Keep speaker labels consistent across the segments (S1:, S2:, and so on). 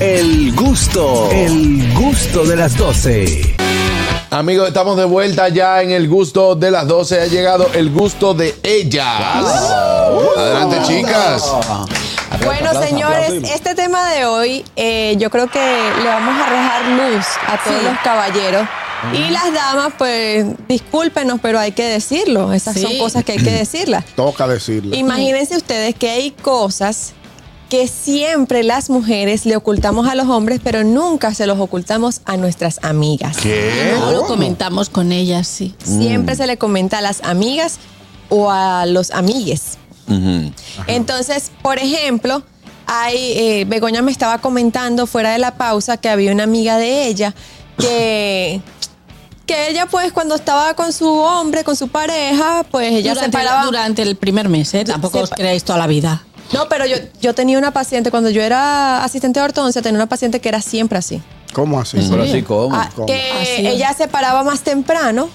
S1: El gusto, el gusto de las 12.
S2: Amigos, estamos de vuelta ya en el gusto de las 12. Ha llegado el gusto de ellas. Adelante, chicas.
S3: Bueno, señores, este tema de hoy eh, yo creo que le vamos a arrojar luz a todos los caballeros. Y las damas, pues, discúlpenos, pero hay que decirlo. Esas son
S4: Sí.
S3: cosas que hay que decirlas.
S5: Toca decirlo.
S3: Imagínense ustedes que hay cosas que siempre las mujeres le ocultamos a los hombres, pero nunca se los ocultamos a nuestras amigas.
S5: ¿Eh?
S2: ¿Qué?
S4: No lo comentamos con ellas, sí.
S3: Siempre se le comenta a las amigas o a los amigues. Entonces, por ejemplo, hay, eh, Begoña me estaba comentando fuera de la pausa que había una amiga de ella que, que ella pues cuando estaba con su hombre, con su pareja, pues ella se
S4: durante,
S3: paraba.
S4: durante el primer mes, ¿eh? Tampoco os
S3: Sepa-
S4: creáis toda la vida.
S3: No, pero yo, yo tenía una paciente, cuando yo era asistente de ortodoncia, tenía una paciente que era siempre así.
S5: ¿Cómo así?
S1: Pero así
S6: Oh
S1: como.
S3: Ah,
S5: ¿Cómo?
S3: que
S4: Así es.
S3: ella se paraba más temprano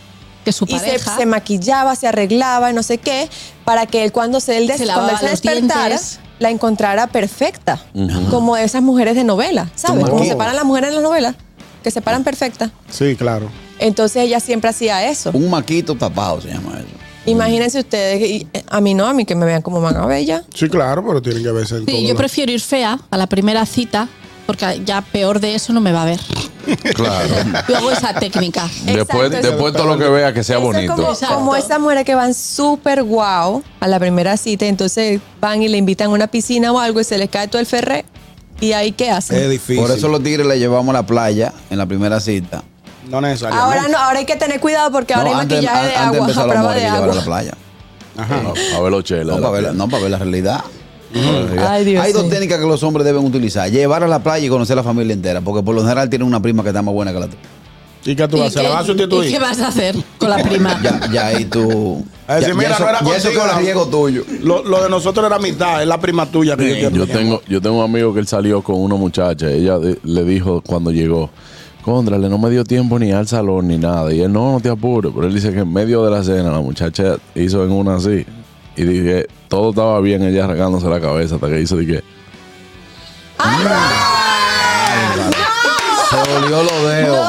S4: Que su
S3: y se,
S4: pareja
S3: se maquillaba, se arreglaba, no sé qué, para que él cuando se, él des-
S4: Se
S3: cuando
S4: lavaba
S3: él se
S4: los
S3: despertara,
S4: dientes.
S3: la encontrara perfecta, como esas mujeres de novela, ¿sabes?
S5: Toma.
S3: Como
S5: Oh.
S3: se paran las mujeres en las novelas, que se paran perfectas.
S5: Sí, claro.
S3: Entonces ella siempre hacía eso.
S2: Uh.
S6: Un maquito tapado se llama eso.
S3: Imagínense ustedes, y- eh, a mí no, a mí que me vean como magabella.
S5: Sí, claro, pero tienen que verse en todo
S4: Sí, yo
S5: la-
S4: prefiero ir fea a la primera cita porque ya peor de eso no me va a ver.
S2: Claro.
S4: Yo hago esa técnica.
S2: Después,
S3: Exacto,
S2: después todo lo que vea que sea
S3: Eso es
S2: bonito.
S3: Como,
S4: Exacto.
S3: como esas mujeres que van súper guau a la primera cita, entonces van y le invitan a una piscina o algo y se les cae todo el ferré. ¿Y ahí qué hacen?
S7: Es difícil.
S6: Por eso los tigres le llevamos a la playa en la primera cita.
S5: No necesariamente.
S3: Ahora no, ahora hay que tener cuidado porque ahora
S6: No,
S3: hay
S6: antes,
S3: maquillaje
S6: a-
S3: de
S6: antes
S3: agua,
S6: empezar
S3: a
S6: los
S3: prueba
S6: amores
S3: de
S6: hay que llevarlo
S3: agua.
S6: a la playa.
S5: Ajá.
S2: A a verlo, chela.
S6: No para, ver, no, para ver la realidad. Para ver la realidad.
S3: Ay, Dios
S6: Hay dos
S3: mío.
S6: técnicas que los hombres deben utilizar: llevar a la playa y conocer a la familia entera, porque por lo general tienen una prima que está más buena que la tuya.
S5: ¿Y qué tú vas a hacer? ¿La vas a
S4: ¿Y qué
S5: sustituir?
S4: vas a hacer con la prima?
S6: Ya, ya ahí tú.
S5: A
S6: ya-
S5: decir,
S6: ya
S5: mira,
S6: eso-
S5: no era
S6: ya eso
S5: contigo,
S6: con el
S5: la-
S6: riesgo tuyo.
S5: Lo, lo de nosotros era mitad, es la prima tuya que yo quiero.
S2: Yo tengo, yo tengo un amigo que él salió con una muchacha. Ella de- le dijo cuando llegó, Contrale, no me dio tiempo ni al salón ni nada. Y él, no, no te apures. Pero él dice que en medio de la cena la muchacha hizo en una así. Y dije, todo estaba bien, ella arrancándose la cabeza hasta que hizo, dije,
S6: ¡Ah! Se volvió lo dedos.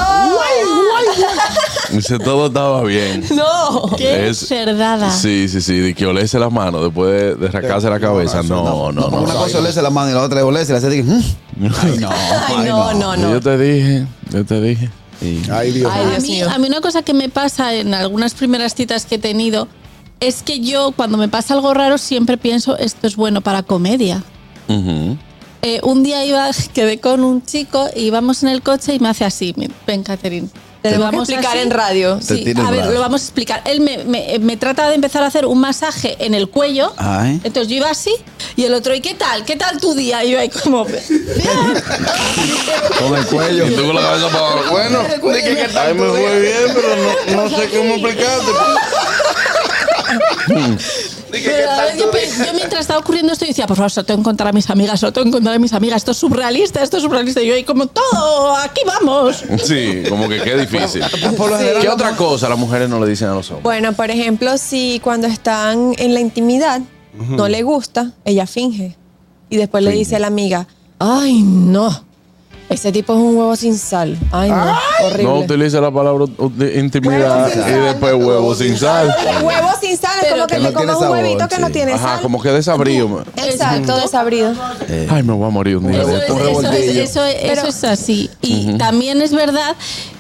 S2: dice, todo estaba bien.
S3: No.
S4: Qué
S2: Es-
S4: cerdada.
S2: Sí, sí, sí, de que olerse las manos después de, de rascarse la cabeza. No, no, no.
S6: Una cosa es olerse la mano y la otra es olerse y la hace de que, "Mm". Ay, no.
S3: Ay,
S6: ay,
S3: no, no, no.
S2: Yo te dije, yo te dije.
S5: Ay, Dios.
S3: Ay,
S4: a,
S5: mío.
S3: Dios
S4: mí,
S3: mío.
S4: a mí una cosa que me pasa en algunas primeras citas que he tenido es que yo cuando me pasa algo raro siempre pienso esto es bueno para comedia.
S2: Ujú.
S4: Eh, un día iba, quedé con un chico y íbamos en el coche y me hace así, me- ven Catherine.
S3: Tenemos que
S4: Vamos
S3: explicar
S4: así.
S3: en radio.
S6: Te
S4: Sí,
S6: tira el
S4: a ver,
S6: brazo.
S4: lo vamos a explicar. Él me, me- me trata de empezar a hacer un masaje en el cuello.
S6: Ay.
S4: Entonces yo iba así y el otro, ¿y qué tal? ¿Qué tal tu día? Y yo ahí como...
S6: Con el cuello.
S2: Y tú con la cabeza para abajo. Bueno, dije que tal. me fue bien, pero no, no sé cómo explicarte.
S4: Pero, a ver, yo, pe- yo mientras estaba ocurriendo esto, yo decía, por favor, se lo tengo que contar a mis amigas, se lo tengo que contar a mis amigas, esto es surrealista, esto es surrealista. Y yo ahí como, todo, aquí vamos.
S2: Sí, como que qué difícil. ¿Qué otra cosa las mujeres no le dicen a los hombres?
S3: Bueno, por ejemplo, si cuando están en la intimidad no le gusta, ella finge. Y después le dice a la amiga, ay, no. Ese tipo es un huevo sin sal. Ay, no. Horrible.
S2: No utiliza la palabra ut-
S3: Huevo
S2: intimidad
S3: sin
S2: y
S3: sal.
S2: después huevo sin sal.
S3: Huevo sin sal es
S4: Pero
S3: como que,
S6: que
S3: te
S6: no tiene
S3: comas un
S6: sabor,
S3: huevito que no
S6: sí.
S3: tiene
S2: Ajá,
S3: sal.
S2: como que desabrío. man.
S3: Exacto, desabrido.
S6: Eh.
S2: Ay, me voy a morir un día.
S4: Eso
S2: de
S4: es,
S2: esto.
S4: eso es-
S6: revoltillo.
S4: eso es-
S3: Pero-
S4: eso es así. Y también es verdad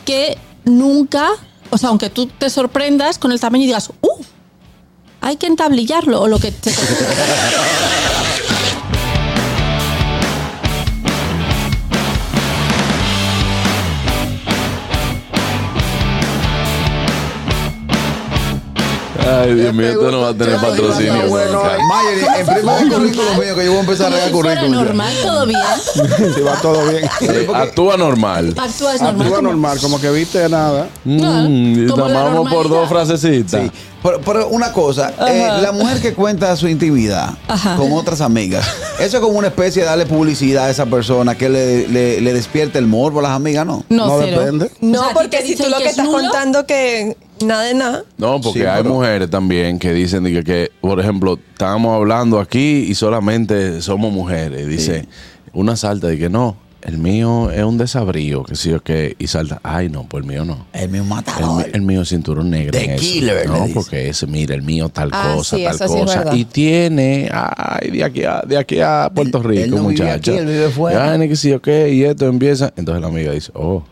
S4: que nunca, o sea, aunque tú te sorprendas con el tamaño y digas, ¡uh! Hay que entablillarlo o lo que te
S2: Ay, Dios eh, mío, esto no va a tener patrocinio.
S5: Bueno,
S2: nunca.
S6: Mayer, en primer el currículum mío que yo voy a empezar a
S4: Como
S6: regar
S4: si fuera
S6: currículum.
S4: normal, todo bien.
S5: Si va todo bien.
S2: Eh, Actúa normal.
S4: Actúas normal.
S5: Actúa
S4: como-
S5: normal, como que viste nada.
S4: Claro,
S2: Mm, y
S4: como la
S2: tomamos por dos
S4: normalidad.
S2: frasecitas.
S6: Sí. Pero, pero una cosa, eh, la mujer que cuenta su intimidad
S4: Ajá.
S6: con otras amigas, eso es como una especie de darle publicidad a esa persona que le, le, le despierta el morbo a las amigas, ¿no?
S4: No,
S5: No
S4: cero.
S5: depende.
S4: O
S3: No,
S4: sea, ¿a ti
S3: porque
S4: te
S3: si tú
S4: dicen
S3: lo
S4: que
S3: que,
S4: es
S3: estás
S4: nulo?
S3: contando que nada de nada.
S2: No, porque
S6: Sí,
S2: hay
S6: pero-
S2: mujeres también que dicen de que, que, por ejemplo, estábamos hablando aquí y solamente somos mujeres. Dice, una salta de que no. el mío es un desabrío, que sí o que y salta, ay no, pues el mío no.
S6: El mío
S2: El, mi-
S6: matador.
S2: el mío es cinturón negro.
S6: The
S2: en eso.
S6: killer, le
S2: No,
S6: dice.
S2: porque ese, mira, el mío tal
S3: Ah,
S2: cosa,
S3: sí,
S2: tal
S3: eso sí es
S2: cosa.
S3: verdad.
S2: y tiene, ay, de aquí a, de aquí a Puerto
S6: Él-
S2: Rico,
S6: él no vive
S2: muchacha.
S6: aquí, él vive fuera.
S2: Ay, ni que sí, ok, y esto empieza. Entonces la amiga dice, oh,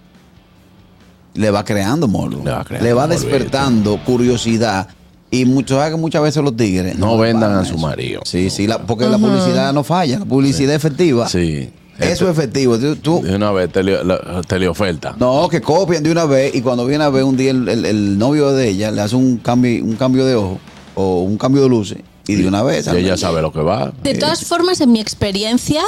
S6: le va creando morbo.
S2: Le va creando
S6: Le va
S2: morbo,
S6: despertando curiosidad. Y mucho, ¿sabes que muchas veces los tigres.
S2: No vendan
S6: paran
S2: a su
S6: eso?
S2: marido.
S6: Sí, sí, la- porque la publicidad no falla. La publicidad efectiva.
S2: sí.
S6: Eso es efectivo. Tú- tú-
S2: De una vez te le, la- te le oferta.
S6: Uh. no, que copian de una vez y cuando viene a ver un día el, el- el novio de ella le hace un cambio, un cambio de ojo o un cambio de luces y de una vez.
S2: Y ella sabe lo que va.
S4: De
S5: Eh,
S4: todas formas, en mi experiencia,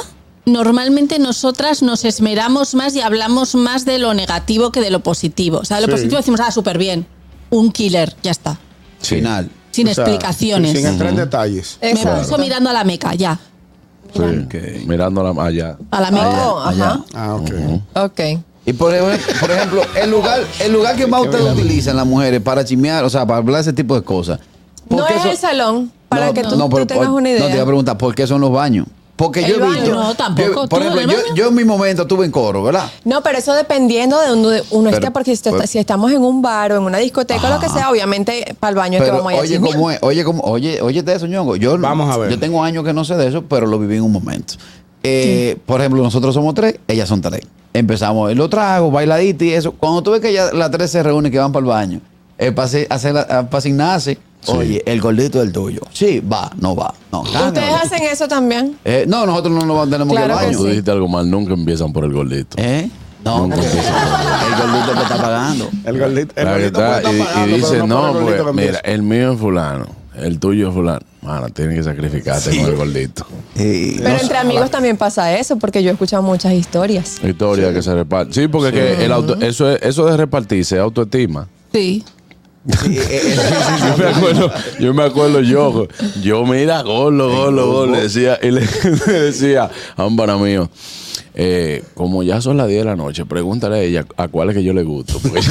S4: normalmente nosotras nos esmeramos más y hablamos más de lo negativo que de lo positivo. O sea, de lo
S5: Sí.
S4: positivo decimos, ah, súper bien, un killer, ya está.
S2: Sí.
S6: Final.
S4: Sin
S5: O sea,
S4: explicaciones.
S5: Sin entrar en detalles.
S4: Me
S3: Exacto.
S4: puso mirando a la meca, ya.
S2: Sí. Mirando la malla.
S4: A la meca.
S3: Oh, ajá.
S5: Ah, ok.
S3: Ok.
S6: Y por ejemplo, por ejemplo, el lugar, el lugar que más ustedes utilizan las mujeres para chimear, o sea, para hablar ese tipo de cosas.
S3: No
S6: Porque
S3: es
S6: eso-
S3: el salón, para
S6: No,
S3: que tú,
S6: no,
S3: tú
S6: pero-
S3: tengas
S6: por-
S3: una idea.
S6: No, te iba a preguntar, ¿por qué son los baños? Porque
S3: El
S6: yo he
S3: baño.
S6: visto.
S4: No,
S6: yo-
S4: tampoco.
S6: por
S4: ¿Tú
S6: ejemplo,
S4: en
S6: yo,
S4: el baño?
S6: yo en mi momento estuve en coro, ¿verdad?
S3: No, pero eso dependiendo de donde uno
S6: Pero,
S3: esté, porque si, está-
S6: pues-
S3: si estamos en un bar o en una discoteca o lo que sea, obviamente para el baño es que
S6: Pero
S3: vamos a ir a
S6: oye,
S3: chismear.
S6: ¿cómo es? Oye, ¿cómo? Oye, oye, de eso, ñongo. Yo,
S5: Vamos a ver.
S6: Yo tengo años que no sé de eso, pero lo viví en un momento. Eh, Por ejemplo, nosotros somos tres, ellas son tres. Empezamos los tragos, bailadita y eso. Cuando tú ves que ya las tres se reúnen y que van para el baño, eh, para hacer- hacer la- para asignarse, oye, el gordito es el tuyo. Sí, va, no va. Ah, No,
S3: ¿Ustedes
S6: cámbialo.
S3: hacen eso también?
S6: Eh, no, nosotros no nos tenemos
S3: Claro
S6: que ir
S3: que
S6: al
S2: Cuando tú
S6: baño.
S2: dijiste algo mal, nunca empiezan por el gordito.
S6: ¿Eh? No,
S2: Nunca
S6: porque el
S2: empiezan por el gordito.
S6: gordito que está pagando.
S5: El gordito. El
S2: La
S5: gordito
S2: verdad,
S5: puede estar
S2: y- y,
S5: pagando,
S2: dice,
S5: pero
S2: no,
S5: por el
S2: pues
S5: gordito que
S2: mira,
S5: empieza".
S2: el mío es fulano, el tuyo es fulano. Mano, tienes que sacrificarte con el gordito.
S6: Y-
S3: Pero entre amigos también pasa eso, porque yo he escuchado muchas historias.
S2: Historia que se reparte. Sí, porque Que el auto, eso, es- eso de repartirse es autoestima.
S4: Sí.
S6: Sí, eh, eh, sí, sí, sí.
S2: Yo me acuerdo, yo me acuerdo yo, yo mira, golo, golo, golo, le decía, y le, le decía a un pana mío, eh, como ya son las 10 de la noche, pregúntale a ella a cuál es que yo le gusto. porque-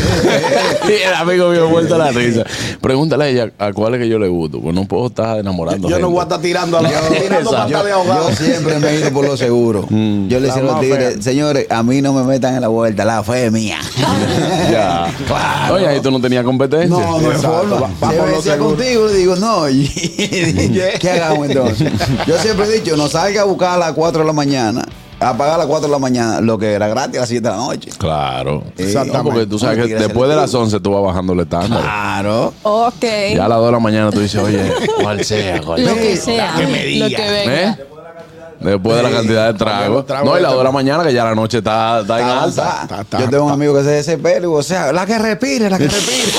S2: y el amigo mío vuelta a la risa. Pregúntale a ella a cuál es que yo le gusto, pues no puedo estar enamorando
S5: Yo no
S2: gente.
S5: voy a estar tirando a la tirando
S2: Exacto.
S5: pata de ahogado.
S6: Yo siempre me he ido por lo seguro. Yo le decía a
S5: La
S6: los
S5: más
S6: tigres,
S5: fea.
S6: señores, a mí no me metan en la vuelta, la fe es mía.
S2: Ya.
S6: Claro.
S2: Oye, ahí tú no tenías competencia.
S6: No, no es
S5: Exacto,
S6: forma.
S5: va- va por
S6: Se
S5: lo
S6: besea
S5: seguro.
S6: contigo le digo, no, ¿qué hagamos entonces? Yo siempre he dicho, no salga a buscar a las 4 de la mañana, a pagar a las 4 de la mañana, lo que era gratis a las 7 de la noche.
S2: Claro.
S6: Exactamente.
S2: No, porque tú sabes que
S6: Tigres
S2: después de las
S6: selectivos.
S2: 11 tú vas bajando el estándar.
S6: Claro.
S3: Ok.
S2: Ya a las 2 de la mañana tú dices, oye, ¿eh?" cuál sea, cuál
S4: Lo
S2: sea.
S4: que sea.
S3: Lo que venga.
S2: ¿Eh? Después de la
S6: Sí.
S2: cantidad de
S5: Porque
S2: tragos.
S5: los tragos
S2: No, y las
S5: ya
S2: 2 de la mañana que ya la noche está, está en
S6: Ta,
S2: alta.
S6: ta.
S5: Ta, ta,
S6: Yo tengo un
S5: ta.
S6: amigo que se desespera y digo, o sea, la que respire, la que respire.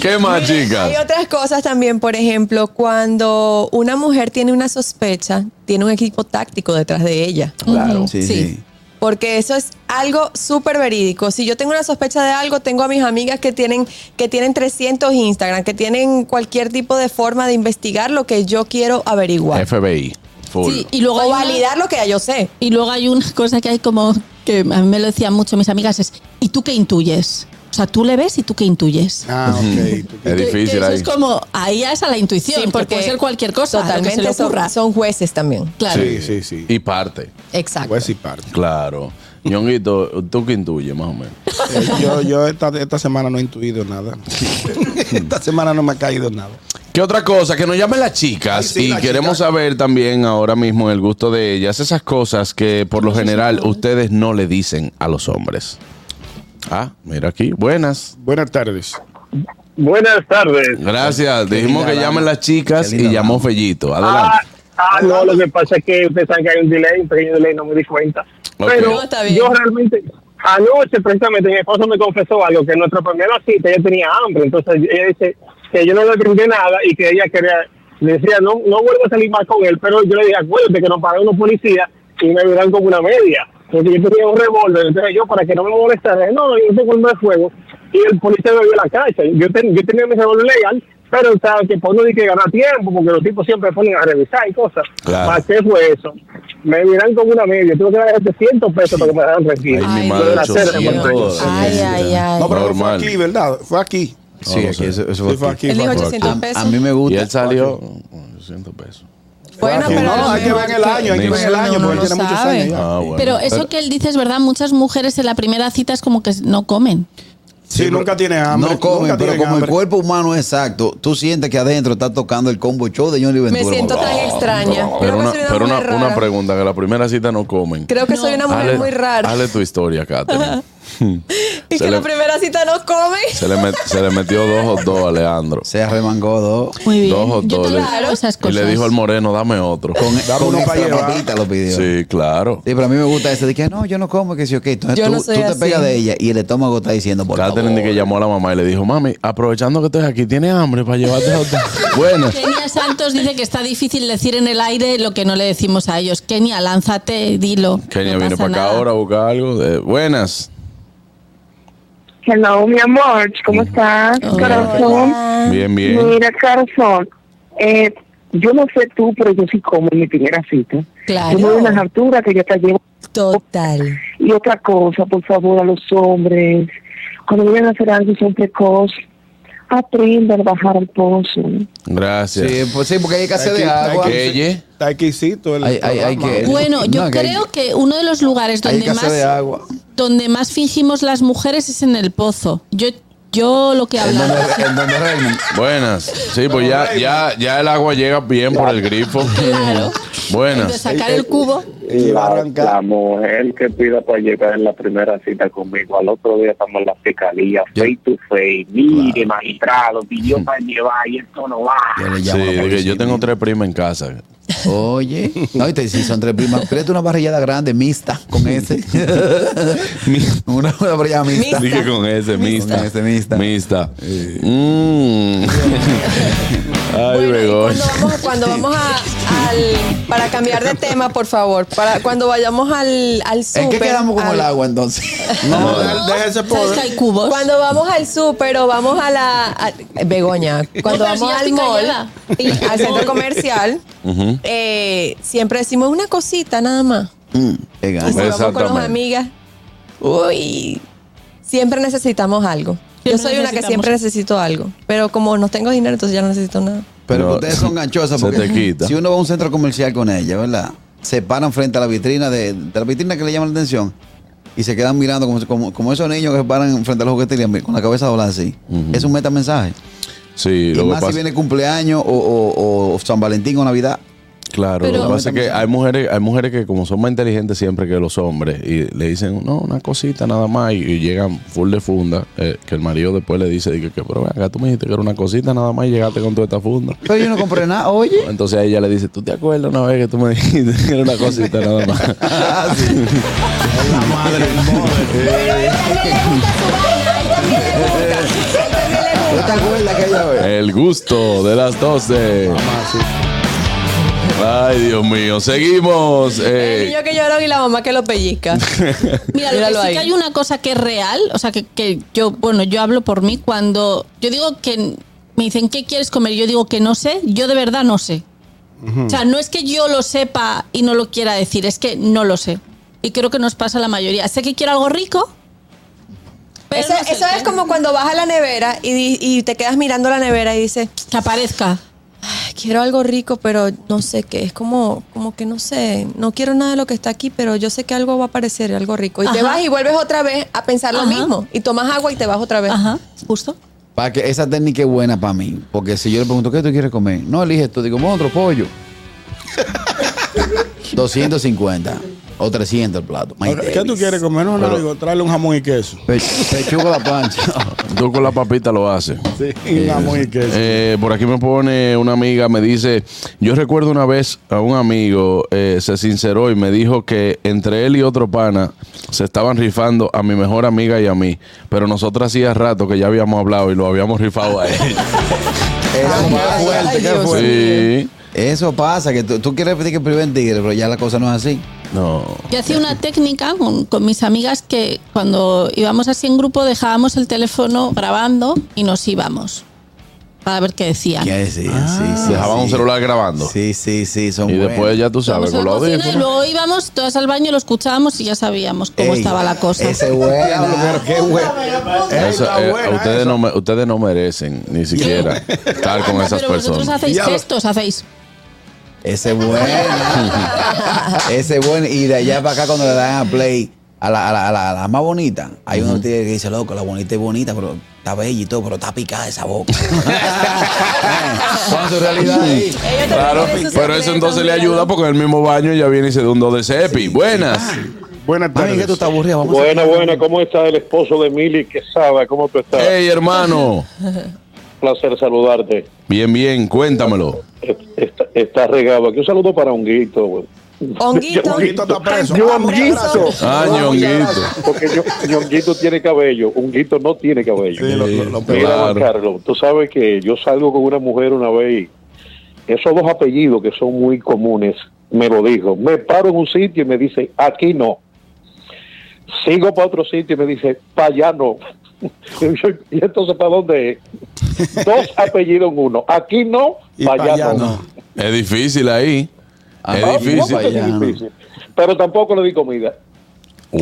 S2: ¿Qué más, chicas?
S3: Hay otras cosas también, por ejemplo, cuando una mujer tiene una sospecha, tiene un equipo táctico detrás de ella.
S6: Claro.
S4: Ujú,
S6: Sí,
S4: sí.
S6: sí.
S3: Porque eso es algo súper verídico. Si yo tengo una sospecha de algo, tengo a mis amigas que tienen, que tienen 300 Instagram, que tienen cualquier tipo de forma de investigar lo que yo quiero averiguar.
S2: FBI. Full.
S4: Sí, y luego
S3: o
S4: hay una-
S3: validar lo que ya yo sé.
S4: Y luego hay una cosa que hay como que a mí me lo decían mucho mis amigas es ¿y tú qué intuyes? O sea, tú le ves y tú qué intuyes.
S5: Ah, ok.
S2: Es
S4: Que- que
S2: difícil
S4: eso
S2: ahí.
S4: es como ahí es a la intuición, porque puede ser cualquier cosa, totalmente
S3: Totalmente
S4: lo que se le
S3: son-
S4: ocurra.
S3: Son, jueces también.
S4: claro.
S5: Sí, sí, sí.
S2: Y parte.
S3: Exacto.
S5: Pues sí, parte.
S2: Claro. Ñonguito, tú que intuyes, más o menos.
S5: Eh, yo yo esta, esta semana no he intuido nada. esta semana no me ha caído nada.
S2: ¿Qué otra cosa? Que nos llamen las chicas
S5: Ay, sí,
S2: y
S5: las
S2: queremos
S5: chicas.
S2: saber también ahora mismo el gusto de ellas, esas cosas que por lo general ustedes no le dicen a los hombres. Ah, mira aquí. Buenas.
S5: Buenas tardes.
S7: Buenas tardes.
S2: Gracias. Dijimos
S6: linda
S2: que
S6: dama.
S2: llamen las chicas
S6: Qué
S2: y
S6: linda
S2: llamó
S6: dama.
S2: Fellito.
S7: Ah,
S2: Adelante.
S7: ah, no, lo que pasa es que ustedes saben que hay un delay, un pequeño delay, no me di cuenta.
S2: Ok.
S7: Pero
S3: No, está bien.
S7: yo realmente, anoche precisamente mi esposo me confesó algo, que en nuestra primera cita ella tenía hambre, entonces ella dice que yo no le brindé nada y que ella quería, le decía, no, no vuelvo a salir más con él, pero yo le dije, acuérdate que nos pararon unos policías y me vieron como una media. Entonces yo tenía un revólver, entonces yo para que no me molestara, dije, no, yo tengo arma de fuego y el policía me vio la cancha. Yo, ten- yo tenía mi revólver legal, pero sabe que por no hay que ganar tiempo, porque los tipos siempre ponen a revisar y cosas.
S2: Claro.
S7: ¿Para qué fue eso? Me miran como una media. Tuve que dar 700 pesos para que me dejaran tranquilo.
S2: Ay, mi
S7: Lo
S2: madre,
S7: de la cera en Puerto Rico.
S2: 800.
S3: Ay, ay, ay.
S5: No, pero no fue
S2: Normal.
S5: aquí, ¿verdad? Fue aquí.
S2: Sí, aquí, eso-
S5: Sí, fue aquí.
S3: Él
S5: fue
S3: dijo
S5: aquí. Ah,
S3: 800
S6: A,
S3: pesos.
S6: a mí me
S2: Y
S6: gusta.
S2: él salió. 800 pesos.
S3: Bueno,
S5: Sí,
S3: pero
S5: no,
S3: a lo
S5: hay que
S3: mejor
S5: ver el año, hay que ver el
S3: Bueno,
S5: año,
S3: uno
S5: porque
S3: no
S5: tiene muchos
S3: sabe.
S5: años ya.
S2: Ah, bueno.
S4: Pero eso que él dice es verdad, muchas mujeres en la primera cita es como que no comen.
S5: Sí, nunca tiene hambre.
S6: No comen,
S5: nunca
S6: pero
S5: tienen
S6: como el
S5: hambre.
S6: cuerpo humano es exacto, tú sientes que adentro está tocando el combo show de Johnny
S3: Me
S6: Ventura.
S3: siento tan extraña. Creo
S2: Pero,
S3: que
S2: una,
S3: soy una
S2: pero una,
S3: mujer
S2: una
S3: rara.
S2: pregunta, que la primera cita no comen.
S3: Creo que soy una mujer
S2: Hale-
S3: muy rara.
S2: hale tu historia, Catherine.
S3: y
S2: se
S3: que la
S2: le-
S3: primera cita no come.
S2: se, le met- se le metió dos o dos a Leandro.
S6: Se arremangó dos.
S4: Muy bien.
S2: Dos o
S4: Yo
S2: dos.
S4: te
S2: le-
S4: claro, esas
S2: y
S4: cosas.
S2: le dijo al moreno, dame otro.
S6: Con,
S5: Dame
S6: con
S5: uno
S6: extra
S5: pa' llevar.
S6: papita lo pidió. Sí.
S2: Sí, claro.
S6: pero a mí me gusta ese de que no, yo no como, que sí, ok. Entonces
S3: Yo
S6: tú,
S3: no soy
S6: tú te
S3: así.
S6: pegas de ella y el estómago está diciendo, por
S2: Catherine
S6: favor.
S2: de que llamó a la mamá y le dijo, mami, aprovechando que estás aquí, ¿tienes hambre para llevarte a hotel? Bueno,
S4: Kenia Santos dice que está difícil decir en el aire lo que no le decimos a ellos. Kenia, lánzate, dilo.
S2: Kenia
S4: no
S2: viene
S4: pasa
S2: para acá
S4: nada.
S2: ahora a buscar algo. de- buenas.
S8: Hello, mi amor, ¿cómo estás, corazón?
S3: Ah.
S2: Bien, Mm. bien.
S8: Mira, corazón, eh, yo no sé tú, pero yo sí como en mi primera cita.
S3: Claro.
S8: Yo me doy unas alturas que yo te llevo.
S3: Total.
S8: Y otra cosa, por favor, a los hombres, cuando vienen a hacer algo son precoz, aprendan a bajar al pozo.
S2: Gracias.
S6: Sí, pues sí, porque hay escasez de
S5: Hay que-
S6: agua.
S5: hay
S2: Que ella-
S5: Está exquisito el
S6: Hay- hay- hay
S5: programa.
S6: que-
S4: Bueno, yo
S6: No, que hay-
S4: creo que uno de los lugares
S6: Hay
S4: donde
S6: escasez
S4: más
S6: de agua.
S4: donde más fingimos las mujeres es en el pozo. Yo yo lo que
S6: En donde,
S4: hablaba
S6: en donde reinan.
S2: Buenas. Sí, pues ya, ya, ya el agua llega bien por el grifo.
S4: Claro. de
S2: Buenas.
S4: sacar el cubo.
S5: Y va a arrancar.
S7: mujer que pida para llegar en la primera cita conmigo, al otro día estamos en la fiscalía,
S6: Yo-
S7: face to face, mire, magistrado, pidió para llevar y esto no va.
S6: Yo le
S2: Sí,
S6: llamo a la
S2: de que
S6: policía.
S2: yo tengo tres primas en casa.
S6: Oye, no, y te- si son tres primas, créete una barrillada grande, mixta, con ese. una, una barrillada mixta.
S2: Dije con ese, mixta.
S6: Con ese mixta.
S2: Mixta. Mm. Ay,
S3: Bueno, y
S2: Begoña.
S3: cuando vamos, cuando vamos a- al. Para cambiar de tema, por favor. Para cuando vayamos al, al súper.
S6: ¿En qué quedamos como
S3: al-
S6: el agua entonces?
S5: No, deja deja ese
S4: ¿Sabes que
S5: poder.
S4: hay cubos?
S3: Cuando vamos al súper o vamos a la. a- Begoña, cuando
S4: pero si
S3: vamos
S4: ya
S3: al
S4: estoy
S3: mall,
S4: callada.
S3: y al centro comercial, eh, siempre decimos una cosita nada más.
S6: Mm,
S3: Y si
S6: elegante.
S3: vamos con
S2: Exactamente.
S3: las amigas, uy, siempre necesitamos algo. Yo
S4: Siempre
S3: soy una que
S4: necesitamos.
S3: siempre necesito algo, pero como no tengo dinero, entonces ya no necesito nada.
S6: Pero
S2: No,
S6: ustedes son ganchosas
S2: se
S6: porque
S2: te quita.
S6: si uno va a un centro comercial con ella, ¿verdad? Se paran frente a la vitrina de, de la vitrina que le llama la atención y se quedan mirando como, como, como esos niños que se paran frente a los juguetes con la cabeza doblada así. Es un metamensaje.
S2: Sí,
S6: Y,
S2: lo que
S6: más si
S2: pasa.
S6: viene cumpleaños o, o- o San Valentín o Navidad.
S2: Claro,
S4: Pero-
S2: lo que pasa es que hay mujeres, hay mujeres que como son más inteligentes siempre que los hombres y le dicen, no, una cosita nada más y, y llegan full de funda, eh, que el marido después le dice, dije, que, pero ven acá tú me dijiste que era una cosita nada más y llegaste con toda esta funda.
S6: Pero yo no compré nada, oye.
S2: Entonces a ella le dice, ¿tú te acuerdas una vez que tú me dijiste que era una cosita nada más?
S6: Ah, sí.
S5: La madre,
S6: ¿No te acuerdas aquella vez?
S2: El gusto de las 12. Ay, Dios mío, seguimos. eh,
S3: El niño que llora y la mamá que lo pellizca.
S4: Mira, lo que
S3: Míralo
S4: sí
S3: ahí.
S4: que hay una cosa que es real, o sea, que, que yo, bueno, yo hablo por mí cuando yo digo que me dicen, ¿qué quieres comer? Yo digo que no sé, yo de verdad no sé. O sea, no es que yo lo sepa y no lo quiera decir, es que no lo sé. Y creo que nos pasa a la mayoría. Sé que quiero algo rico. pero
S3: Eso,
S4: no sé
S3: eso
S4: qué.
S3: es como cuando vas a la nevera y, di- y te quedas mirando la nevera y dices,
S4: Que aparezca.
S3: "Ay, quiero algo rico, pero no sé qué. Es como, como que no sé, no quiero nada de lo que está aquí, pero yo sé que algo va a aparecer, algo rico. Y te
S4: Ajá.
S3: vas y vuelves otra vez a pensar lo
S4: Ajá.
S3: mismo. Y tomas agua y te vas otra vez.
S4: Ajá, justo.
S6: Para que esa técnica es buena para mí. Porque si yo le pregunto, ¿qué tú quieres comer? No, elige esto. Digo, "Bueno, otro pollo. 250 o 300 el plato. My
S5: Ahora, ¿Qué tú
S6: days.
S5: quieres comer? No, no, digo, tráele un jamón y queso.
S6: Pe- Pechuga a la plancha.
S2: Tú con la papita lo haces.
S5: Sí, un jamón y queso.
S2: Eh, por aquí me pone una amiga, me dice, yo recuerdo una vez a un amigo, eh, se sinceró y me dijo que entre él y otro pana se estaban rifando a mi mejor amiga y a mí, pero nosotros hacía rato que ya habíamos hablado y lo habíamos rifado a él.
S6: Eso pasa.
S3: fuerte, qué Dios fuerte.
S2: sí.
S6: Eso pasa, que tú, tú quieres pedir que priven tigre, pero ya la cosa no es así.
S2: No.
S4: Yo hacía una técnica con, con mis amigas que cuando íbamos así en grupo dejábamos el teléfono grabando y nos íbamos para ver qué
S5: Ah.
S4: decían.
S6: ¿Qué decir? sí, sí,
S2: Dejaban
S6: sí.
S2: un celular grabando.
S6: Sí, sí, sí, son
S2: Y
S6: buenas.
S2: después ya tú
S4: Íbamos
S2: sabes,
S4: a
S2: con
S4: la
S2: los
S4: cocina y
S2: audífonos.
S4: luego íbamos todas al baño, lo escuchábamos y ya sabíamos cómo
S6: Ey,
S4: estaba la cosa.
S6: Ese bueno, pero qué bueno.
S5: Ey,
S2: Eso,
S5: está
S2: eh,
S5: buena
S2: ustedes,
S5: esa.
S2: no me- ustedes no merecen ni siquiera estar con
S4: No,
S2: esas
S4: pero vosotros
S2: personas.
S4: hacéis
S5: Ya lo-
S4: gestos, hacéis.
S6: Ese es bueno. Ese es bueno. Y de allá para acá, cuando le dan a play a la, a la- a la- a la más bonita, hay uno que dice, loco, la bonita es bonita, pero está bella y todo, pero está picada esa boca.
S2: Eh,
S6: Con su realidad ahí.
S3: también
S2: Claro,
S3: tienen sus
S2: pero eso
S3: secretos,
S2: entonces le
S3: mira.
S2: ayuda porque en el mismo baño ya viene y se da un dos de cepi. Buenas.
S5: Buenas
S6: Mami, que
S5: tardes.
S6: tú estás aburrida. Vamos a-
S9: Buena, buena, ¿cómo está el esposo de Mili Quesada? ¿Cómo tú estás?
S2: Hey, hermano.
S9: Placer saludarte.
S2: Bien, bien, cuéntamelo.
S9: Está, está regado aquí. Un saludo para Honguito, güey.
S3: Honguito.
S5: Honguito está preso.
S3: Yo,
S5: Ah, muchas
S3: honguito.
S5: gracias.
S2: Ah,
S5: Muchas
S2: ñonguito.
S5: gracias.
S9: Porque yo- Honguito tiene cabello, Honguito no tiene cabello.
S5: Sí, lo- lo- lo
S9: Mira,
S5: pelaron.
S9: Juan
S2: claro.
S9: Carlos, tú sabes que yo salgo con una mujer una vez y esos dos apellidos que son muy comunes, me lo dijo. Me paro en un sitio y me dice, aquí no. Sigo para otro sitio y me dice, para allá no. Y yo, ¿Y entonces para dónde es? Dos apellidos en uno. Aquí no,
S6: Eh,
S5: Y
S9: para allá,
S5: allá
S9: no.
S5: no.
S2: Es difícil ahí.
S6: Ah,
S2: es difícil.
S9: Tampoco es difícil. Pero tampoco le di comida.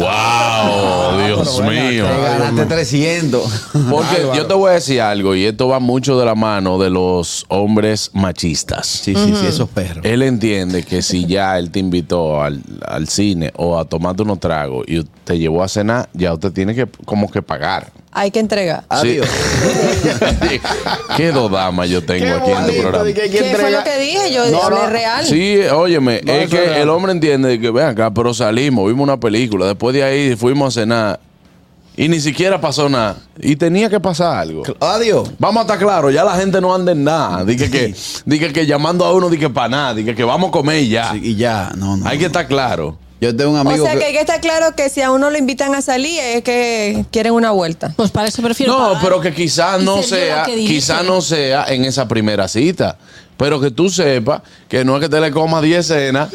S2: Wow, Dios mío.
S6: Te ganaste 300.
S2: Porque yo te voy a decir algo, y esto va mucho de la mano de los hombres machistas.
S6: Sí, sí, sí, esos perros.
S2: Él entiende que si ya él te invitó al, al cine o a tomarte unos tragos y te llevó a cenar, ya usted tiene que como que pagar.
S3: Hay que entregar.
S6: Adiós.
S2: Sí. Qué dos damas yo tengo aquí en tu programa.
S3: ¿Qué fue lo que dije? Yo hablé real.
S2: Sí, óyeme,
S5: No,
S2: es
S5: eso
S2: que
S5: es real.
S2: el hombre entiende que, ven acá, pero salimos, vimos una película, después de ahí fuimos a cenar y ni siquiera pasó nada. Y tenía que pasar algo.
S6: Adiós.
S2: Vamos a estar claros, ya la gente no anda en nada. Dije que, dije que llamando a uno, dije para nada, dije que vamos a comer y ya.
S6: Sí, Y ya, no, no.
S2: Hay que estar claro.
S6: Yo tengo un
S3: O
S6: amigo
S3: sea que hay que estar claro que si a uno lo invitan a salir es que quieren una vuelta.
S4: Pues para eso prefiero.
S2: No,
S4: pagar.
S2: pero que quizás
S4: Y
S2: no
S4: se vio
S2: sea,
S4: lo que dije.
S2: quizás no sea en esa primera cita. Pero que tú sepas que no es que te le comas 10 cenas.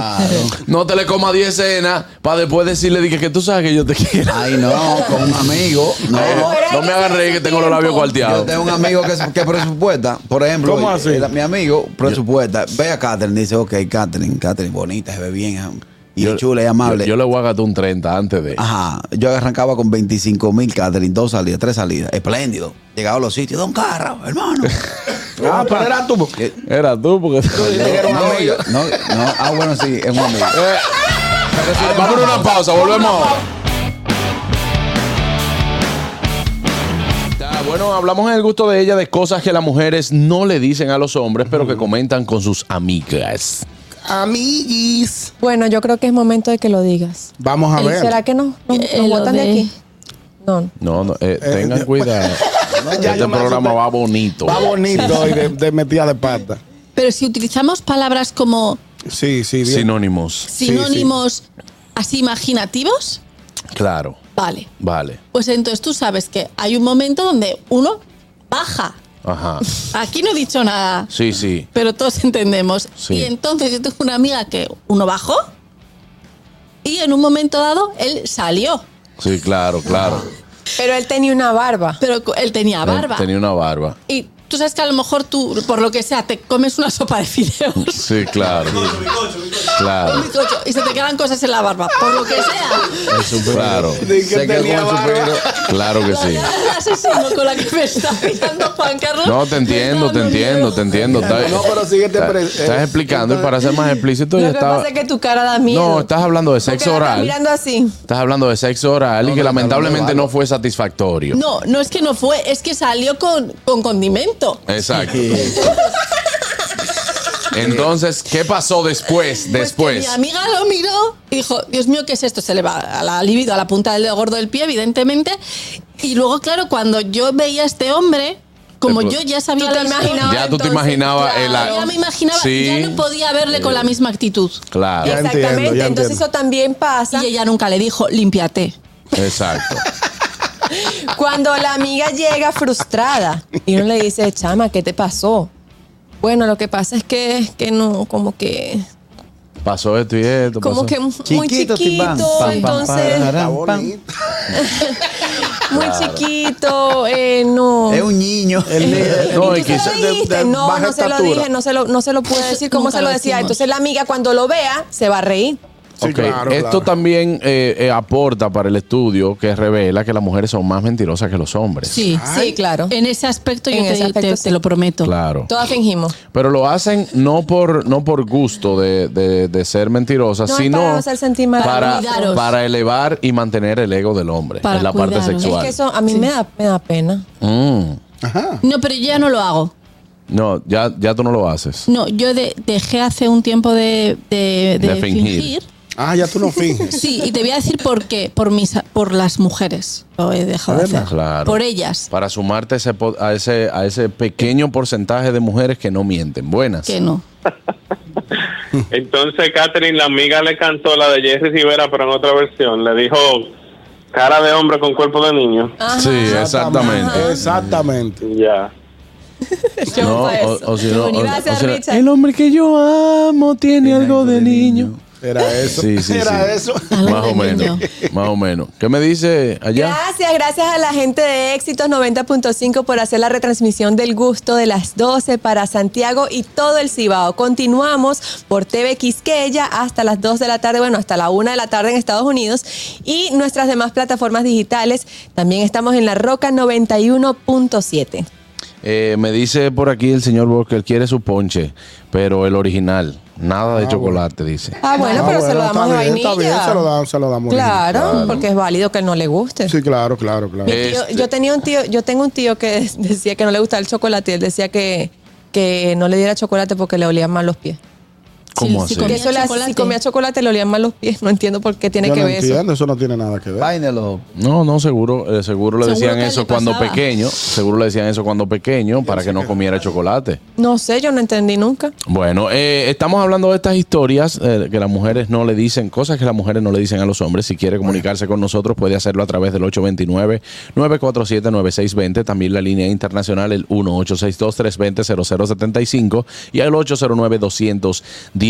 S2: no te le comas 10 cenas para después decirle dije, que tú sabes que yo te quiero.
S6: Ay, no, con un amigo. No,
S2: Eh,
S6: no.
S2: no me hagan reír que tengo los labios
S6: Yo
S2: cuarteados.
S6: tengo un amigo que, que presupuesta, por ejemplo. eh,
S5: ¿Cómo así?
S6: era mi amigo presupuesta. Ve a Catherine, dice, ok, Catherine, Catherine, bonita, se ve bien. ah, Y es chula y amable.
S2: Yo, yo le voy a gastar un 30 antes de.
S6: Ajá, yo arrancaba con 25 mil, Catherine, dos salidas, tres salidas, espléndido. Llegaba a los sitios, Don Carra, hermano.
S5: Ah, pero era tú.
S2: Era tú, porque.
S6: no, yo- no, no, ah, bueno, sí, es un amigo.
S2: Eh, vamos a una pausa, volvemos. Ya, Bueno, hablamos en el gusto de ella de cosas que las mujeres no le dicen a los hombres, pero que comentan con sus amigas.
S5: Amiguis.
S3: Bueno, yo creo que es momento de que lo digas.
S5: Vamos a
S4: El
S5: ver.
S3: ¿Será que no? ¿Nos, nos
S4: Eh, lo
S3: botan de
S4: de-
S3: aquí? No.
S2: No, no, eh, tengan
S5: eh,
S2: cuidado.
S5: ya
S2: este
S5: yo me
S2: programa
S5: asusté.
S2: va bonito.
S5: Va bonito y de, de metida de pata.
S4: Pero si utilizamos palabras como
S5: Sí, sí, bien.
S2: Sinónimos,
S5: sí.
S4: sinónimos así imaginativos,
S2: claro.
S4: vale.
S2: Vale.
S4: Pues entonces tú sabes que hay un momento donde uno baja.
S2: Ajá.
S4: Aquí no he dicho nada,
S2: Sí, sí.
S4: pero todos entendemos.
S2: Sí.
S4: Y entonces yo tengo una amiga que uno bajó y en un momento dado él salió.
S2: Sí, claro, claro. Eh,
S3: Pero él tenía una barba.
S4: Pero co- él tenía barba.
S2: Tenía una barba.
S4: Y tú sabes que a lo mejor tú, por lo que sea, te comes una sopa de fideos.
S2: Sí, claro.
S4: un
S2: Claro,
S4: bizcocho, Y se te quedan cosas en la barba, por lo que sea.
S2: claro.
S5: Dije que
S6: Sé que
S5: tenía
S6: como el
S5: barba.
S6: superhéroe-
S2: Claro que sí.
S4: asesino con la que me está mirando Juan Carlos.
S2: No, te
S4: me está
S2: entiendo, te
S4: dando
S2: entiendo,
S4: miedo.
S2: te entiendo. Está-
S5: No, pero síguete
S2: está-
S5: pre-
S2: Estás
S5: eh,
S2: explicando y para ser más explícito, yo
S3: Lo que
S2: estaba.
S3: pasa es que tu cara da miedo.
S2: No, estás hablando de
S3: Porque
S2: sexo
S3: la estás
S2: oral.
S3: mirando así.
S2: Estás hablando de sexo oral y
S6: No,
S2: que
S6: no, está
S2: lamentablemente
S6: hablando de
S2: no fue satisfactorio.
S4: No, no es que no fue, es que salió con, con condimento.
S2: Exacto. Entonces, ¿qué pasó después?
S4: Pues
S2: Después.
S4: que mi amiga lo miró y dijo, Dios mío, ¿qué es esto? Se le va a la libido, a la punta del dedo gordo del pie, evidentemente. Y luego, claro, cuando yo veía a este hombre, como
S2: Te pu-
S4: yo ya sabía
S3: Tú te
S4: la historia,
S3: imaginabas
S2: Eh, pues, Ya tú te
S3: entonces,
S2: imaginabas el-
S3: claro.
S4: yo ya me imaginaba,
S2: Sí.
S4: ya no podía verle con la misma actitud.
S2: Claro,
S5: Ya entiendo,
S3: Exactamente.
S5: ya
S3: Entonces
S5: entiendo.
S3: eso también pasa
S4: Y ella nunca le dijo, límpiate.
S2: exacto.
S3: cuando la amiga llega frustrada y uno le dice, chama, ¿qué te pasó? Bueno, lo que pasa es que, que no, como que,
S2: Pasó esto y esto.
S3: como
S2: pasó-
S3: que muy chiquito,
S6: Timbán. Pam, pam,
S3: entonces
S6: pararán, pam.
S3: muy chiquito, eh, no.
S6: Es un niño.
S2: No,
S3: ¿Y
S2: y
S3: tú se
S2: quizá-
S3: lo dijiste? no, no se lo dije, no se lo, no se lo pude decir, ¿cómo
S4: Nunca
S3: se lo
S4: lo
S3: decía?
S4: decimos.
S3: Entonces la amiga cuando lo vea se va a reír.
S5: Sí,
S2: Ok,
S5: claro,
S2: Esto
S5: claro.
S2: también eh, eh, aporta para el estudio que revela que las mujeres son más mentirosas que los hombres.
S4: Sí,
S3: Sí, claro.
S4: en ese aspecto
S3: En
S4: yo te,
S3: ese aspecto,
S4: te-
S3: sí.
S4: te lo prometo.
S2: Claro.
S3: Todas fingimos.
S2: Pero lo hacen no por no por gusto de, de- de ser mentirosas,
S3: No, es
S2: sino
S3: para hacer sentir mal al
S2: para,
S4: cuidaros.
S2: para elevar y mantener el ego del hombre
S4: Para
S2: en la parte
S4: cuidaros.
S3: Es
S2: sexual.
S3: que eso a mí me, da, me da pena.
S2: Mm.
S4: No, pero yo ya no lo hago.
S2: No, ya, ya tú no lo haces.
S4: No, yo de- dejé hace un tiempo de, de- de
S2: De fingir.
S4: fingir.
S5: Ah, ya tú no finges.
S4: Sí, y te voy a decir por qué. Por, mis, por las mujeres lo he dejado de hacer.
S2: Claro.
S4: Por ellas.
S2: Para sumarte ese po- a, ese, a ese pequeño porcentaje de mujeres que no mienten. Buenas.
S4: Que no.
S9: Entonces Catherine, la amiga le cantó la de Jerry Rivera, pero en otra versión. Le dijo cara de hombre con cuerpo de niño.
S3: Ajá.
S2: Sí,
S5: eh,
S2: exactamente.
S5: Exactamente.
S9: Ya.
S3: Yo
S2: No,
S3: para
S2: o-
S3: eso.
S2: o si no, o-
S3: Gracias,
S2: o si no,
S3: Richard.
S2: el hombre que yo amo tiene, algo de niño.
S5: Era eso.
S2: Sí, sí,
S5: Era
S2: sí.
S5: eso.
S4: Algo
S2: Más
S4: de
S2: o menos.
S4: niño.
S2: Más o menos. ¿Qué me dice allá?
S3: Gracias, gracias a la gente de Éxitos 90.5 por hacer la retransmisión del gusto de las 12 para Santiago y todo el Cibao. Continuamos por TV Quisqueya hasta las 2 de la tarde, bueno, hasta la 1 de la tarde en Estados Unidos y nuestras demás plataformas digitales. También estamos en la Roca 91.7.
S2: Eh, me dice por aquí el señor Bosch que él quiere su ponche, pero el original. Nada de
S5: Ah,
S2: chocolate, dice.
S3: Ah, bueno,
S5: Ah,
S3: pero se
S5: bueno,
S3: lo
S5: está
S3: damos de
S5: bien,
S3: vainilla.
S5: está bien, se lo damos, se lo damos.
S3: Claro, porque es válido que no le guste.
S5: Sí, claro, claro, claro.
S2: Eh,
S3: Tío,
S2: Este-
S3: yo tenía un tío, yo tengo un tío que decía que no le gustaba el chocolate y él decía que, que no le diera chocolate porque le olían mal los pies.
S2: ¿Cómo
S4: sí,
S2: así?
S3: Que
S4: comía
S3: eso le hace- si
S4: chocolate.
S3: comía chocolate le olían mal los pies. No entiendo por qué tiene
S5: Yo
S3: que
S5: no
S3: ver eso.
S5: entiendo, eso no tiene nada que ver.
S6: Váinelo.
S2: No, no, seguro, eh, seguro le
S4: Seguro
S2: decían
S4: que
S2: eso
S4: le
S2: cuando
S4: pasaba.
S2: pequeño. Seguro le decían eso cuando pequeño para que no comiera chocolate.
S3: No sé, yo no entendí nunca.
S2: Bueno, eh, estamos hablando de estas historias eh, que las mujeres no le dicen, cosas que las mujeres no le dicen a los hombres. Si quiere comunicarse con nosotros, puede hacerlo a través del 829-947-9620, también la línea internacional, el 1862-320-0075 y el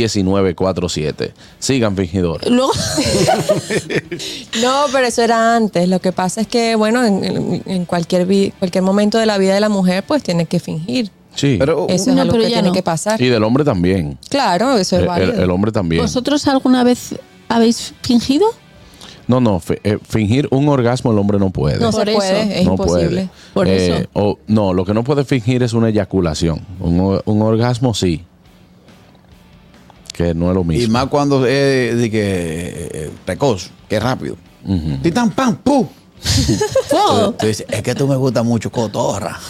S2: 809-219-47. Sigan, fingidor.
S4: Luego,
S3: No, pero eso era antes. Lo que pasa es que, bueno, en, en- en cualquier, vi- cualquier momento de la vida de la mujer, pues tiene que fingir.
S2: Sí.
S6: Pero
S3: Eso es
S4: No,
S3: algo
S4: pero
S3: que
S4: ya
S3: tiene
S4: no.
S3: que pasar.
S2: y del hombre también. Eh,
S3: Claro, eso es
S2: El, el-
S3: válido.
S2: el hombre también.
S4: ¿vosotros alguna vez habéis fingido?
S2: No, no, fi- eh, fingir un orgasmo el hombre no puede.
S3: no se
S4: Por eso.
S3: puede, es
S2: no
S3: imposible.
S2: Puede.
S4: Por
S2: Eh,
S4: eso.
S2: o- no, lo que no puede fingir es una eyaculación. Un, o- un orgasmo sí. Que no es lo
S6: Y
S2: mismo.
S6: más cuando es de que eh, precoz, que es rápido.
S2: Ujú.
S6: Titan pam, pu.
S4: ¡Oh!
S6: Tú dices, es que tú me gusta mucho cotorra.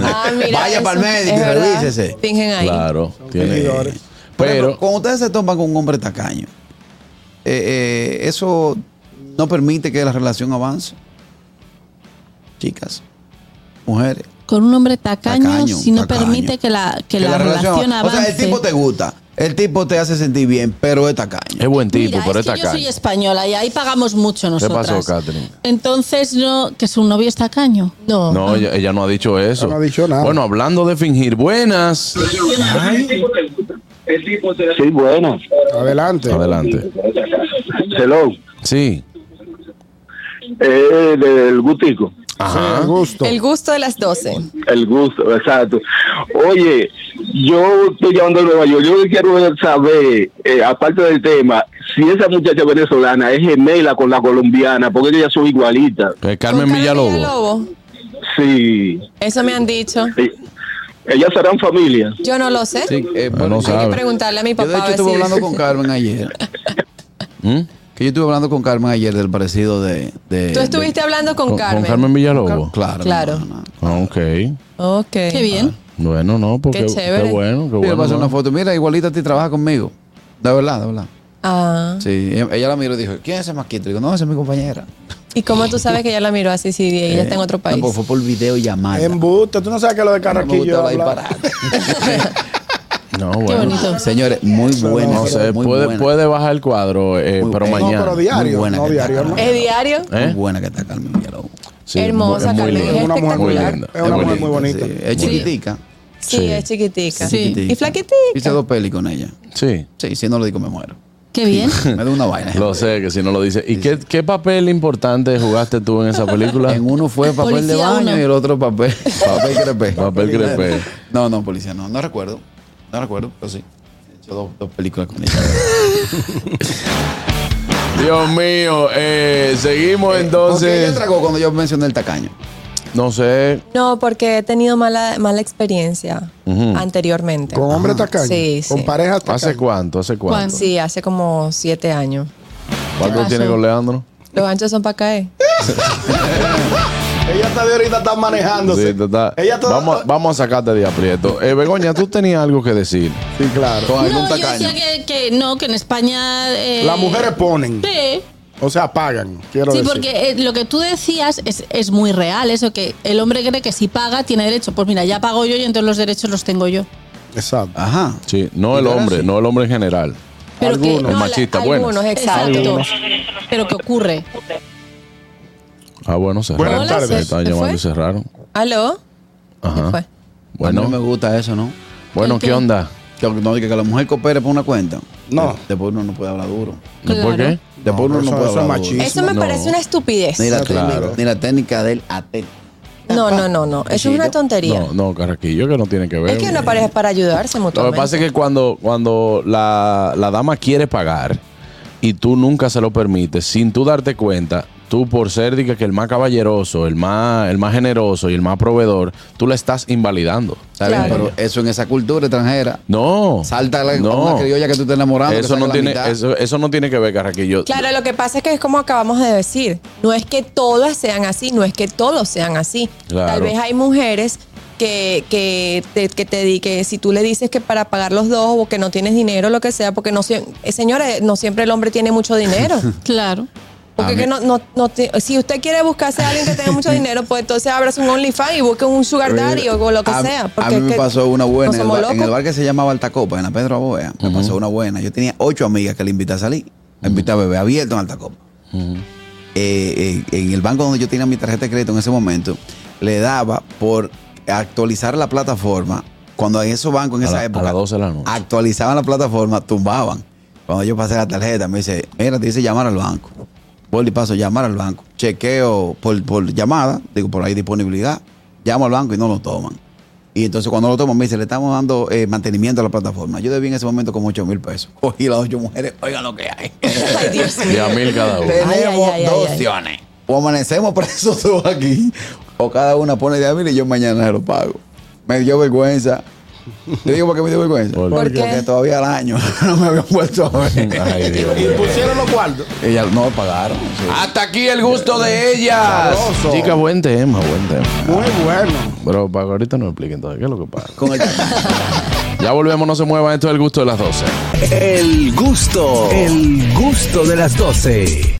S3: Ah, mira,
S6: Vaya
S3: eso
S6: pa'l médico
S3: es
S6: y
S3: verdad.
S6: revísese.
S3: Fingen ahí.
S2: Claro. tiene-
S5: seguidores.
S6: Por ejemplo,
S2: pero
S6: cuando ustedes se toman con un hombre tacaño, eh, eh, eso no permite que la relación avance. Chicas, mujeres.
S4: Con un hombre tacaño,
S6: Tacaño,
S4: si no
S6: tacaño.
S4: permite que la, que la, relación, avance.
S6: O sea, el tipo te gusta, el tipo te hace sentir bien, pero es tacaño.
S2: es buen tipo,
S4: Mira,
S2: pero
S4: es
S2: está
S4: que yo
S2: acá.
S4: soy española y ahí pagamos mucho
S2: pasó,
S4: nosotras.
S2: Catherine?
S4: Entonces, no, que su novio es tacaño.
S3: No. Ah,
S2: No, ella, ella no ha dicho eso.
S5: no ha dicho nada.
S2: Bueno, hablando de fingir, buenas.
S9: Sí, bueno.
S5: Adelante.
S2: Adelante.
S9: Hello.
S2: Sí.
S9: Eh, del gutico.
S5: Sí, el gusto.
S3: El gusto de las 12.
S9: El gusto, exacto. Oye, yo estoy llamando a Nueva York. Yo quiero saber, eh, aparte del tema, si esa muchacha venezolana es gemela con la colombiana, porque ellas son igualitas.
S3: Con
S2: Eh, Carmen Villalobos.
S9: Sí.
S3: Eso me han dicho.
S9: Eh, Ellas serán familia.
S3: Yo no lo sé.
S6: eh,
S2: Ah, no
S6: yo-
S2: sabe.
S3: Hay que preguntarle a mi
S6: Yo
S3: papá.
S6: de
S3: a
S6: hecho
S3: ver
S6: estuve
S3: si-
S6: hablando con Carmen ayer.
S2: ¿Mm?
S6: Que yo estuve hablando con Carmen ayer del parecido de. de- Oh,
S3: Tú estuviste hablando con,
S2: Con, con
S3: Carmen.
S2: Carmen Villalobos.
S6: Claro.
S3: Claro.
S6: no, no, no.
S2: Ah, Ok.
S3: Ok.
S4: Qué bien.
S2: Bueno, no,
S3: Qué
S2: porque
S3: chévere.
S2: bueno, qué
S6: Sí, le
S2: bueno.
S6: pasé
S2: ¿no?
S6: una foto. Mira, igualita a ti trabaja conmigo. De verdad, de verdad.
S3: Ah.
S6: Sí, ella- ella la miró y dijo, ¿quién es ese maquito? Digo, no, esa es mi compañera.
S3: ¿Y cómo tú sabes que ella la miró así si ella está en otro país?
S6: Eh, No, porque fue por videollamada.
S5: Embuste, tú no sabes que lo
S6: No
S5: de
S6: me
S5: Carraquillo.
S6: gusta hablar
S5: habla-
S6: disparate.
S2: No, bueno.
S4: bonito.
S6: Señores, muy buena.
S2: No sé,
S6: muy
S2: puede,
S6: buena.
S2: puede bajar el cuadro, eh,
S6: Muy buena.
S2: pero
S5: No,
S2: mañana.
S5: pero diario.
S6: Muy buena
S5: no,
S6: que está.
S5: diario. no.
S3: ¿Es diario?
S2: ¿Eh?
S6: Muy buena que está Carmen Villalobos.
S2: Sí,
S3: Hermosa,
S2: es muy- es muy
S3: Carmen,
S2: linda.
S5: Es una mujer muy
S3: espectacular.
S5: linda. Es una mujer muy bonita.
S6: Sí, es chiquitica.
S3: Sí,
S2: Sí.
S3: es chiquitica.
S4: Sí.
S6: chiquitica.
S3: Y flaquitica.
S6: Hice dos pelis con ella.
S2: Sí,
S6: Sí, si no lo digo me muero.
S4: Qué bien.
S6: Me da una vaina.
S2: lo sé, que si no lo dice. ¿Y qué, qué papel importante jugaste tú en esa película?
S6: En uno fue papel de
S4: Policía
S6: baño
S4: uno.
S6: y el otro papel. Papel crepé.
S2: Papel crepé.
S6: No, no, policía, no. No recuerdo. No recuerdo, pero sí. He hecho dos, dos películas con ella.
S2: Dios mío, eh, seguimos
S6: Entonces, ¿Por qué ella
S2: entonces.
S6: tragó cuando yo mencioné el tacaño?
S2: No sé.
S3: No, porque he tenido mala, mala experiencia anteriormente.
S5: Con hombre tacaño.
S3: Sí, sí.
S5: Con pareja tacaño.
S2: ¿Hace cuánto? ¿Hace cuánto?
S3: Sí, hace como siete años.
S2: ¿Cuánto
S4: pasó?
S2: tiene con Leandro?
S3: Los anchos son para caer.
S5: Ella está de ahorita está manejándose.
S2: Sí, total.
S5: Ella está-
S2: vamos, a- vamos a sacarte de aprieto. Eh, Begoña, tú tenías algo que decir.
S5: Sí, claro.
S6: Con algún
S4: No, yo
S6: tacaño.
S4: decía que, que no, que en España. eh,
S5: Las mujeres ponen.
S4: Sí,
S5: O sea, pagan. Quiero
S4: Sí,
S5: decir.
S4: porque eh, lo que tú decías es, es muy real, eso que el hombre cree que si paga tiene derecho. Pues mira, ya pago yo y entonces los derechos los tengo yo.
S5: Exacto.
S6: Ajá.
S2: Sí, no el
S6: Ahora
S2: hombre,
S6: sí.
S2: no el hombre en general.
S4: Pero que,
S2: Algunos.
S4: no, la-
S2: Machista, bueno.
S3: Algunos, exacto.
S4: Exacto. Pero que ocurre.
S2: Ah, bueno, cerraron.
S5: Buenas Hola, tardes.
S2: Me están
S3: ¿se
S2: llamando
S3: fue?
S2: y cerraron.
S3: ¿Aló?
S2: Ajá.
S3: ¿Qué fue?
S6: A mí no
S2: Bueno,
S6: me gusta eso, ¿no?
S2: bueno, ¿qué onda?
S6: Que, no, que, que la mujer coopere por una cuenta.
S5: No.
S6: Después uno no puede hablar duro.
S2: ¿Por
S4: Claro.
S2: qué?
S6: Después
S5: No,
S6: uno no
S5: eso-
S6: puede
S5: eso es
S6: hablar
S5: machismo.
S6: duro.
S3: Eso me
S2: No.
S3: parece una estupidez.
S6: Ni la,
S2: Claro.
S6: técnica, ni la técnica del AT.
S3: No, no, no, no. Eso es una tontería.
S2: No, no, Carraquillo, que no tiene que ver.
S3: Es que una pareja es para ayudarse
S2: Lo
S3: mutuamente.
S2: que pasa es que cuando, cuando la, la dama quiere pagar y tú nunca se lo permites, sin tú darte cuenta, tú por ser diga, que el más caballeroso, el más, el más generoso y el más proveedor, tú la estás invalidando.
S6: Está bien,
S3: Claro.
S6: pero eso en esa cultura extranjera.
S2: No.
S6: Salta la,
S2: no.
S6: una criolla que tú estás enamorando. que
S2: Eso
S6: saca
S2: no,
S6: la
S2: tiene,
S6: mitad.
S2: eso, eso no tiene que ver, Carraquillo.
S3: Claro, lo que pasa es que es como acabamos de decir, no es que todas sean así, no es que todos sean así.
S2: Claro.
S3: Tal vez hay mujeres que, que, te, que te di, que si tú le dices que para pagar los dos o que no tienes dinero, lo que sea, porque no sie- eh, señores, no siempre el hombre tiene mucho dinero.
S4: Claro.
S3: Porque que no, no, no te- si usted quiere buscarse a alguien que tenga mucho dinero, pues entonces abras un OnlyFans y busque un sugar daddy o lo que
S6: a,
S3: sea.
S6: A
S3: porque
S6: mí
S3: es
S6: me
S3: que
S6: pasó una buena en,
S3: no
S6: el
S3: somos
S6: bar, en
S3: locos.
S6: el bar que se llamaba Altacopa, en la Pedro Aboea. Me pasó una buena. Yo tenía ocho amigas que le invité a salir. La invité a beber abierto en Altacopa. Eh, eh, en el banco donde yo tenía mi tarjeta de crédito en ese momento, le daba por actualizar la plataforma. Cuando en esos bancos en
S2: A
S6: esa
S2: la- a
S6: época
S2: las 12 de la noche.
S6: actualizaban la plataforma, tumbaban. Cuando yo pasé la tarjeta, me dice, mira, te dice llamar al banco. Voy y paso llamar al banco. Chequeo por, por llamada, digo, por ahí disponibilidad. Llamo al banco y no lo toman. Y entonces cuando lo toman, me dice, le estamos dando eh, mantenimiento a la plataforma. Yo debí en ese momento como 8 mil pesos. Cogí las ocho mujeres, oiga lo que hay.
S3: Ay, Dios mío.
S2: De a mil cada uno.
S3: ay,
S6: Tenemos
S3: ay, ay,
S6: dos
S3: ay.
S6: opciones. O amanecemos presos todos aquí, o cada una pone de a mil y yo mañana se lo pago. Me dio vergüenza. Te digo por qué me dio vergüenza.
S2: ¿Por
S3: ¿Por qué?
S6: Porque todavía al año no me habían vuelto a ver.
S2: Ay, Dios mío.
S5: Pusieron los cuartos.
S6: Ellas no pagaron. sí.
S2: Hasta aquí el gusto de ellas.
S5: Sabroso.
S2: Ah, Chica, buen tema, buen tema.
S5: Muy bueno.
S2: Bro, Paco, ahorita no expliquen entonces qué es lo que pasa.
S6: Con el
S2: Ya volvemos, no se muevan, esto es el gusto de las 12.
S1: El gusto, el gusto de las 12.